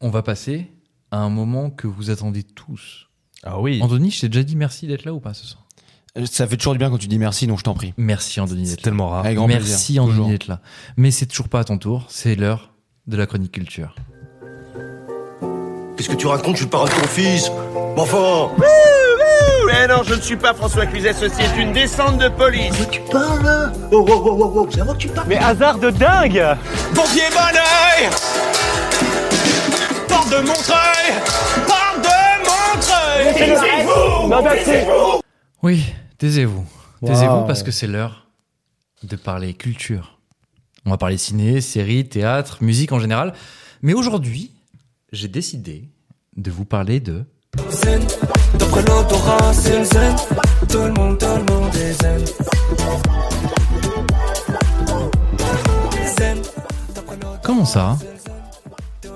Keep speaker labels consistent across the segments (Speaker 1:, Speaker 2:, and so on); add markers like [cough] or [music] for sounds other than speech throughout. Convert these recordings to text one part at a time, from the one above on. Speaker 1: on va passer à un moment que vous attendez tous.
Speaker 2: Ah oui.
Speaker 1: Anthony, je t'ai déjà dit merci d'être là ou pas ce soir
Speaker 3: Ça fait toujours du bien quand tu dis merci, donc je t'en prie.
Speaker 1: Merci Anthony d'être là.
Speaker 2: tellement rare.
Speaker 3: Avec grand
Speaker 1: Merci
Speaker 3: plaisir.
Speaker 1: Anthony
Speaker 3: toujours.
Speaker 1: d'être là. Mais c'est toujours pas à ton tour, c'est l'heure de la chronique culture.
Speaker 4: Qu'est-ce que tu racontes Je suis le parrain de ton fils. Mon enfant
Speaker 5: Mais Eh non, je ne suis pas François Cluzet, ceci est une descente de police.
Speaker 4: tu parles là Oh, oh, oh, oh, oh, c'est à moi que tu parles
Speaker 5: Mais hasard de dingue
Speaker 4: Portier Bonneuil Porte de Montreuil Porte de Montreuil
Speaker 1: Oui, taisez-vous.
Speaker 6: Wow.
Speaker 1: Taisez-vous parce que c'est l'heure de parler culture. On va parler ciné, séries, théâtre, musique en général. Mais aujourd'hui, j'ai décidé de vous parler de... Comment ça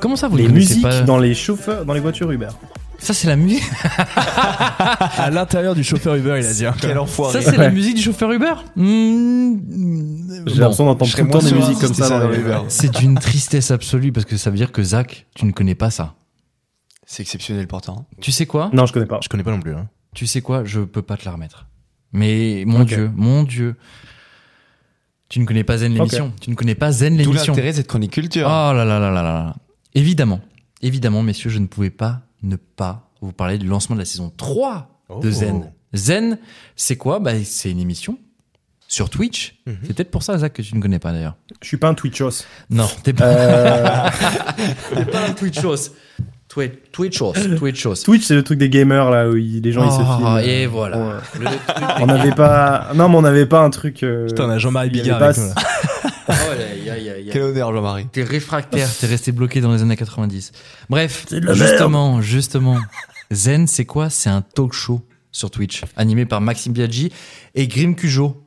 Speaker 1: Comment ça vous
Speaker 6: les
Speaker 1: connaissez
Speaker 6: musiques
Speaker 1: pas
Speaker 6: dans les chauffeurs, dans les voitures Uber.
Speaker 1: Ça c'est la musique
Speaker 2: À l'intérieur du chauffeur Uber, il a dit. hein. Quel enfoiré.
Speaker 1: [laughs] Ça, c'est la musique du chauffeur Uber Mmh.
Speaker 6: J'ai
Speaker 1: Bon.
Speaker 6: l'impression d'entendre tout le temps des musiques comme ça dans les Uber.
Speaker 1: C'est d'une tristesse absolue parce que ça veut dire que Zach, tu ne connais pas ça.
Speaker 3: C'est exceptionnel hein. pourtant.
Speaker 1: Tu sais quoi
Speaker 6: Non, je connais
Speaker 3: Bah,
Speaker 6: pas.
Speaker 2: Je connais pas non plus. hein.
Speaker 1: Tu sais quoi Je peux pas te la remettre. Mais mon
Speaker 6: Ok.
Speaker 1: Dieu, mon Dieu. Tu ne connais pas Zen l'émission. Tu ne connais pas Zen
Speaker 3: Tout
Speaker 1: l'émission.
Speaker 3: l'intérêt de cette chronique
Speaker 1: Oh
Speaker 3: culture.
Speaker 1: là là là là là là. Évidemment, évidemment, messieurs, je ne pouvais pas ne pas vous parler du lancement de la saison 3 de
Speaker 2: Oh.
Speaker 1: Zen. Zen, c'est quoi bah, C'est une émission sur Twitch.
Speaker 2: Mhm.
Speaker 1: C'est peut-être pour ça, Zach, que tu ne connais pas d'ailleurs.
Speaker 6: Je suis pas un Twitchos.
Speaker 1: Non, t'es pas,
Speaker 6: Euh,
Speaker 1: [laughs] t'es pas un Twitchos. Twi- Twitchos, Twitchos.
Speaker 6: [laughs] Twitch, c'est le truc des gamers là où ils- les gens ils se
Speaker 1: Oh,
Speaker 6: filment.
Speaker 1: et voilà.
Speaker 6: euh, Ouais.
Speaker 1: Le- le-
Speaker 6: [laughs] On n'avait pas. Non, mais on n'avait pas un truc. euh,
Speaker 2: Putain, on a Jean-Marie
Speaker 6: il y avait
Speaker 2: Bigard
Speaker 6: pas
Speaker 2: avec
Speaker 6: ce-
Speaker 2: nous, là.
Speaker 1: oh là, y a- y a- y a-
Speaker 3: Quel honneur, Jean-Marie.
Speaker 1: T'es réfractaire, t'es resté bloqué dans les années 90. Bref, justement, justement, Zen, c'est quoi C'est un talk show sur Twitch, animé par Maxime Biaggi et Grim Cujo.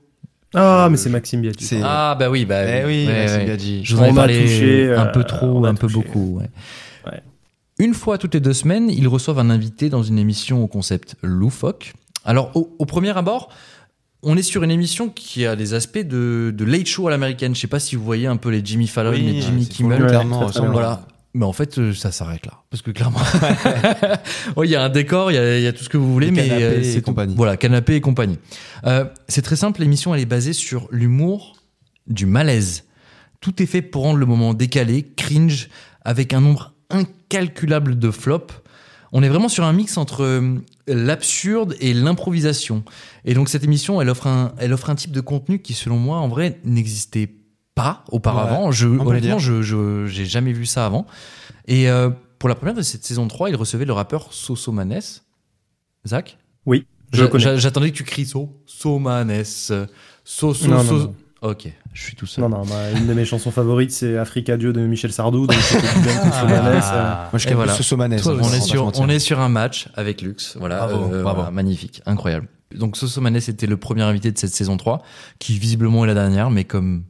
Speaker 6: Ah, mais c'est Maxime Biaggi.
Speaker 3: C'est.
Speaker 1: Ah bah oui, bah
Speaker 3: Eh oui,
Speaker 1: ouais,
Speaker 3: Maxime
Speaker 1: ouais.
Speaker 3: Biaggi.
Speaker 1: Je vous en ai
Speaker 6: On m'a
Speaker 1: parlé
Speaker 6: touché,
Speaker 1: un
Speaker 6: euh,
Speaker 1: peu trop,
Speaker 6: on m'a
Speaker 1: un peu
Speaker 6: touché.
Speaker 1: beaucoup. ouais.
Speaker 6: Ouais.
Speaker 1: Une fois toutes les deux semaines, ils reçoivent un invité dans une émission au concept loufoque. Alors, au, au premier abord, on est sur une émission qui a des aspects de, de late show à l'américaine. Je sais pas si vous voyez un peu les Jimmy Fallon,
Speaker 3: Oui,
Speaker 1: les Jimmy
Speaker 3: c'est
Speaker 1: Kimmel.
Speaker 3: volontairement
Speaker 6: Ouais, très, très
Speaker 3: ressemblant.
Speaker 1: Voilà. Mais en fait, euh, ça s'arrête là. Parce que clairement, Ouais, il y a un décor, il y a, il y a tout ce que vous voulez,
Speaker 3: Le
Speaker 1: mais
Speaker 3: canapé
Speaker 1: euh,
Speaker 3: et
Speaker 1: c'est tout.
Speaker 3: compagnie.
Speaker 1: Voilà, canapé et compagnie. Euh, c'est très simple, l'émission, elle est basée sur l'humour du malaise. Tout est fait pour rendre le moment décalé, cringe, avec un nombre incalculable de flops. On est vraiment sur un mix entre euh, l'absurde et l'improvisation. Et donc cette émission, elle offre, un, elle offre un type de contenu qui, selon moi, en vrai, n'existait pas auparavant. je,
Speaker 6: Mmh,
Speaker 3: peut le
Speaker 1: honnêtement,
Speaker 3: dire.
Speaker 1: je je- j'ai jamais vu ça avant. Et euh, pour la première de cette saison 3, ils recevaient le rappeur Soso Manes. Zach
Speaker 6: Je
Speaker 1: J'a-
Speaker 6: le connais.
Speaker 1: j'a- J'attendais que tu cries So, So Manes. So, so,
Speaker 6: Non, non,
Speaker 1: so-
Speaker 6: non.
Speaker 1: Ok, je suis tout seul.
Speaker 6: Non, non, bah, une de mes chansons favorites, c'est Africa Dieu de Michel Sardou. Donc c'était du bien contre le malaise, euh.
Speaker 1: Ah.
Speaker 3: Moi, je
Speaker 1: Et
Speaker 3: suis
Speaker 1: voilà.
Speaker 3: ce somanais.
Speaker 1: on, est sur, on est sur un match avec Lux. Voilà, euh,
Speaker 2: Bravo, bravo.
Speaker 1: voilà, magnifique, incroyable. Donc Soso Manes était le premier invité de cette saison 3, qui visiblement est la dernière, mais comme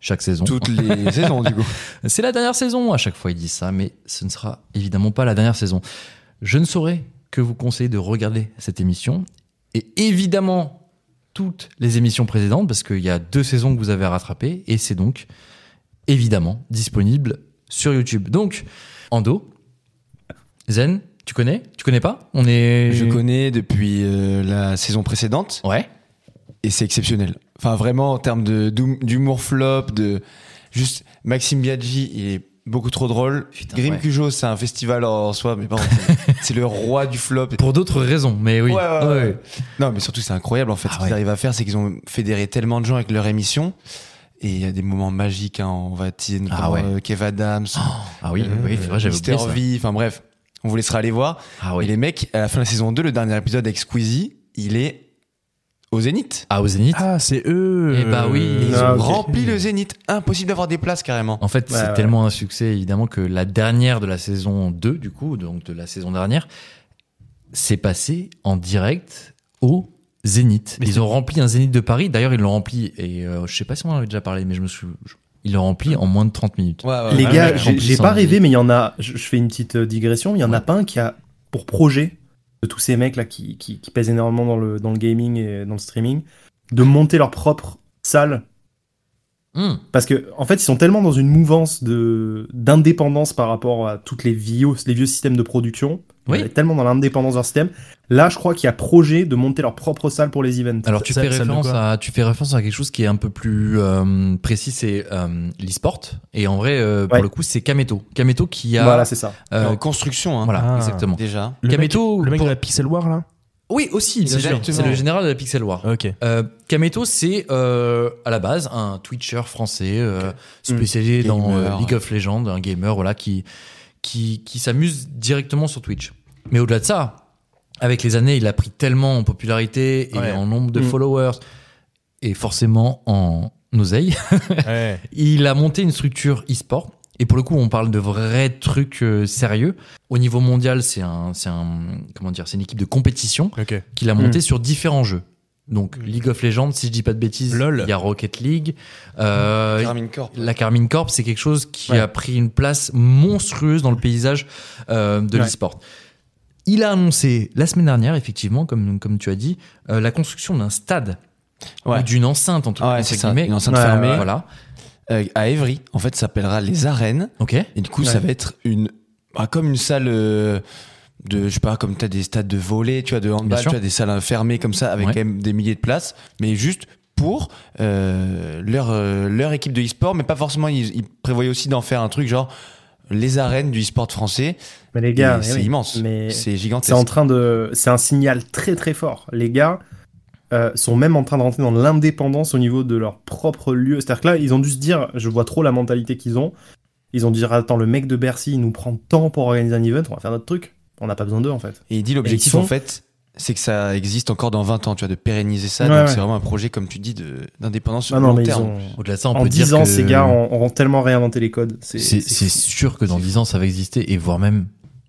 Speaker 1: chaque saison.
Speaker 3: Toutes les saisons, du coup.
Speaker 1: C'est la dernière saison, à chaque fois ils disent ça, mais ce ne sera évidemment pas la dernière saison. Je ne saurais que vous conseiller de regarder cette émission, et évidemment toutes les émissions précédentes, parce qu'il y a deux saisons que vous avez à rattraper, et c'est donc évidemment disponible sur YouTube. Donc, Ando, Zen, tu connais Tu connais pas On est...
Speaker 3: Je connais depuis euh, la saison précédente
Speaker 1: Ouais.
Speaker 3: et c'est exceptionnel. Enfin, vraiment, en termes de- d'hum- d'humour flop, de juste Maxime Biaggi, il est beaucoup trop drôle.
Speaker 1: Putain,
Speaker 3: Grim
Speaker 1: ouais.
Speaker 3: Cujo, c'est un festival en soi, mais par contre,
Speaker 1: [laughs]
Speaker 3: c'est- c'est le roi du flop.
Speaker 1: Pour d'autres raisons, mais oui.
Speaker 3: Ouais, ouais,
Speaker 1: Ouais.
Speaker 3: ouais. Non, mais surtout, c'est incroyable en fait.
Speaker 1: Ah
Speaker 3: ce qu'ils
Speaker 1: ouais.
Speaker 3: arrivent à faire, c'est qu'ils ont fédéré tellement de gens avec leur émission. Et il y a des moments magiques, hein. on va tirer
Speaker 1: Ah ouais.
Speaker 3: Kev Adams,
Speaker 1: Ah oui, oui, c'est vrai, j'avais
Speaker 3: Mister
Speaker 1: oublié ça.
Speaker 3: V, enfin bref, on vous laissera aller voir.
Speaker 1: Ah oui.
Speaker 3: Et les mecs, à la fin de la saison 2, le dernier épisode avec Squeezie, il est au Zénith.
Speaker 1: Ah, au Zénith
Speaker 2: Ah, c'est eux.
Speaker 1: Eh bah oui.
Speaker 2: Euh,
Speaker 3: Ils
Speaker 6: Ah,
Speaker 3: ont
Speaker 6: ok.
Speaker 3: rempli le Zénith. Impossible d'avoir des places carrément.
Speaker 1: En fait,
Speaker 6: Ouais,
Speaker 1: c'est
Speaker 6: ouais.
Speaker 1: tellement un succès, évidemment, que la dernière de la saison 2, du coup, donc de la saison dernière, s'est passée en direct au Zénith. ils ont rempli un Zénith de Paris. D'ailleurs, ils l'ont rempli, et euh, je sais pas si on en avait déjà parlé, mais je me souviens. je- Ils l'ont rempli en moins de 30 minutes.
Speaker 3: Ouais, ouais,
Speaker 6: Les
Speaker 3: ouais.
Speaker 6: gars,
Speaker 1: Euh, ouais, en
Speaker 6: j'ai
Speaker 1: plus, hein,
Speaker 6: j'ai
Speaker 1: on
Speaker 6: pas
Speaker 1: dit-
Speaker 6: rêvé, mais il y en a. Je, je fais une petite euh, digression. mais Il y en a pas un qui a pour projet de tous ces mecs là qui, qui, qui pèsent énormément dans le dans le gaming et dans le streaming de monter leur propre salle
Speaker 1: Hmm.
Speaker 6: Parce que en fait, ils sont tellement dans une mouvance de d'indépendance par rapport à toutes les vieux les vieux systèmes de production.
Speaker 1: Oui.
Speaker 6: Ils sont tellement dans l'indépendance de leur système. Là, je crois qu'il y a projet de monter leur propre salle pour les events.
Speaker 1: Alors tu
Speaker 2: Ça-
Speaker 1: fais,
Speaker 2: ça me
Speaker 1: référence
Speaker 2: quoi
Speaker 1: à, tu fais référence à quelque chose qui est un peu plus euh, précis, c'est euh, l'e-sport. Et en vrai, euh, pour
Speaker 6: Ouais.
Speaker 1: le coup, c'est Kameto. Kameto qui a...
Speaker 6: Voilà, c'est ça.
Speaker 1: euh,
Speaker 3: en construction, hein,
Speaker 1: voilà,
Speaker 2: Ah.
Speaker 1: exactement.
Speaker 3: déjà.
Speaker 2: Le
Speaker 1: Kameto,
Speaker 2: mec, le mec
Speaker 1: pour-
Speaker 2: de la Pixel War là
Speaker 1: Oui, aussi,
Speaker 3: Bien
Speaker 1: bien sûr.
Speaker 3: sûr.
Speaker 1: C'est le général de la Pixel War.
Speaker 2: Ok.
Speaker 1: Euh, Kameto, c'est euh, à la base un Twitcher français euh,
Speaker 2: Hmm.
Speaker 1: spécialisé
Speaker 3: Mm.
Speaker 1: dans
Speaker 3: Gamer.
Speaker 1: euh, League of Legends, un gamer voilà, qui, qui, qui s'amuse directement sur Twitch. Mais au-delà de ça, avec les années, il a pris tellement en popularité et
Speaker 2: Ouais. Hmm.
Speaker 1: en nombre de
Speaker 6: Mm.
Speaker 1: followers et forcément en oseille.
Speaker 2: Ouais.
Speaker 1: Il a monté une structure e-sport. Et pour le coup, on parle de vrais trucs euh, sérieux. Au niveau mondial, c'est un, c'est un, comment dire, c'est une équipe de compétition
Speaker 2: Ok. Mmh.
Speaker 1: qu'il a
Speaker 3: Mmh.
Speaker 1: monté sur différents jeux. Donc League of Legends, si je dis pas de bêtises,
Speaker 2: Lol.
Speaker 1: il y a Rocket League. Euh,
Speaker 3: Carmine Corp.
Speaker 1: la Carmine Corp, c'est quelque chose qui
Speaker 6: Ouais.
Speaker 1: a pris une place monstrueuse dans le paysage euh, de
Speaker 6: Ouais.
Speaker 1: l'e-sport. Il a annoncé la semaine dernière, effectivement, comme, comme tu as dit, euh, la construction d'un stade
Speaker 3: Ouais.
Speaker 1: ou d'une enceinte en tout
Speaker 3: Ah
Speaker 1: cas.
Speaker 3: ouais, c'est ça, une enceinte
Speaker 6: Ouais,
Speaker 3: fermée.
Speaker 6: ouais.
Speaker 1: Voilà.
Speaker 3: Euh, à Évry, en fait, ça s'appellera les arènes.
Speaker 1: Ok.
Speaker 3: Et du coup,
Speaker 6: Ouais.
Speaker 3: ça va être une, bah, comme une salle euh, de, je sais pas, comme t'as des stades de volley, tu as de
Speaker 1: Bien
Speaker 3: handball,
Speaker 1: sûr.
Speaker 3: tu as des salles fermées comme ça avec
Speaker 1: Ouais.
Speaker 3: quand même des milliers de places, mais juste pour euh, leur euh, leur équipe de e-sport, mais pas forcément. Ils, ils prévoyaient aussi d'en faire un truc genre les arènes du e-sport français.
Speaker 6: Mais les
Speaker 3: Et
Speaker 6: gars,
Speaker 3: c'est
Speaker 6: eh oui.
Speaker 3: immense,
Speaker 6: Mais
Speaker 3: c'est
Speaker 6: c'est
Speaker 3: gigantesque.
Speaker 6: en train de, c'est un signal très très fort. Les gars euh, sont même en train de rentrer dans l'indépendance au niveau de leur propre lieu. C'est-à-dire que là, ils ont dû se dire, je vois trop la mentalité qu'ils ont. Ils ont dit, attends, le mec de Bercy, il nous prend tant pour organiser un event, on va faire notre truc. On n'a pas besoin d'eux en fait.
Speaker 3: Et il dit l'objectif
Speaker 6: Et ils sont-
Speaker 3: en fait, c'est que ça existe encore dans 20 ans, tu vois, de pérenniser ça.
Speaker 6: Ouais,
Speaker 3: donc
Speaker 6: ouais.
Speaker 3: c'est vraiment un projet comme tu dis de- d'indépendance sur
Speaker 6: Ah
Speaker 3: le
Speaker 6: non,
Speaker 3: long
Speaker 6: mais ils
Speaker 3: terme.
Speaker 6: ont-
Speaker 1: Au-delà de ça, on
Speaker 6: en
Speaker 1: peut
Speaker 6: 10
Speaker 1: dire
Speaker 6: ans,
Speaker 1: que
Speaker 6: ces gars ont, ont tellement réinventé les codes. C'est
Speaker 1: c'est c'est
Speaker 6: c'est fou.
Speaker 1: sûr que dans 10 ans, ça va exister et voire même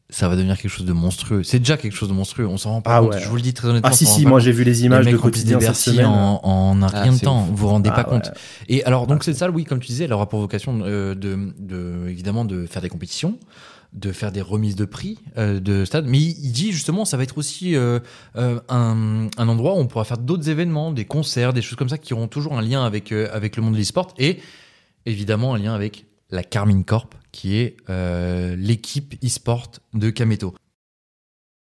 Speaker 1: ça va devenir quelque chose de monstrueux. C'est déjà quelque chose de monstrueux. On s'en rend pas
Speaker 6: Ah
Speaker 1: compte.
Speaker 6: ouais.
Speaker 1: Je vous le dis très honnêtement.
Speaker 6: Ah si
Speaker 1: on s'en rend
Speaker 6: si,
Speaker 1: pas
Speaker 6: moi
Speaker 1: compte.
Speaker 6: j'ai vu les
Speaker 1: Les
Speaker 6: images de
Speaker 1: mecs remplissent
Speaker 6: quotidien
Speaker 1: des
Speaker 6: cette
Speaker 1: Bercy
Speaker 6: semaine.
Speaker 1: en, en un
Speaker 3: Ah,
Speaker 1: rien de
Speaker 3: c'est
Speaker 1: temps. Vous vous rendez
Speaker 6: Ah,
Speaker 1: pas compte.
Speaker 6: ouais. Ah,
Speaker 1: Et alors, donc, cette salle, oui, comme tu disais, elle aura pour vocation, euh, de, de- évidemment, de faire des compétitions, de faire des remises de prix euh, de stade. Mais il, il dit justement, ça va être aussi euh, euh, un, un endroit où on pourra faire d'autres événements, des concerts, des choses comme ça qui auront toujours un lien avec, euh, avec le monde de l'e-sport et évidemment un lien avec la Carmine Corp, qui est euh, l'équipe e-sport de Kameto.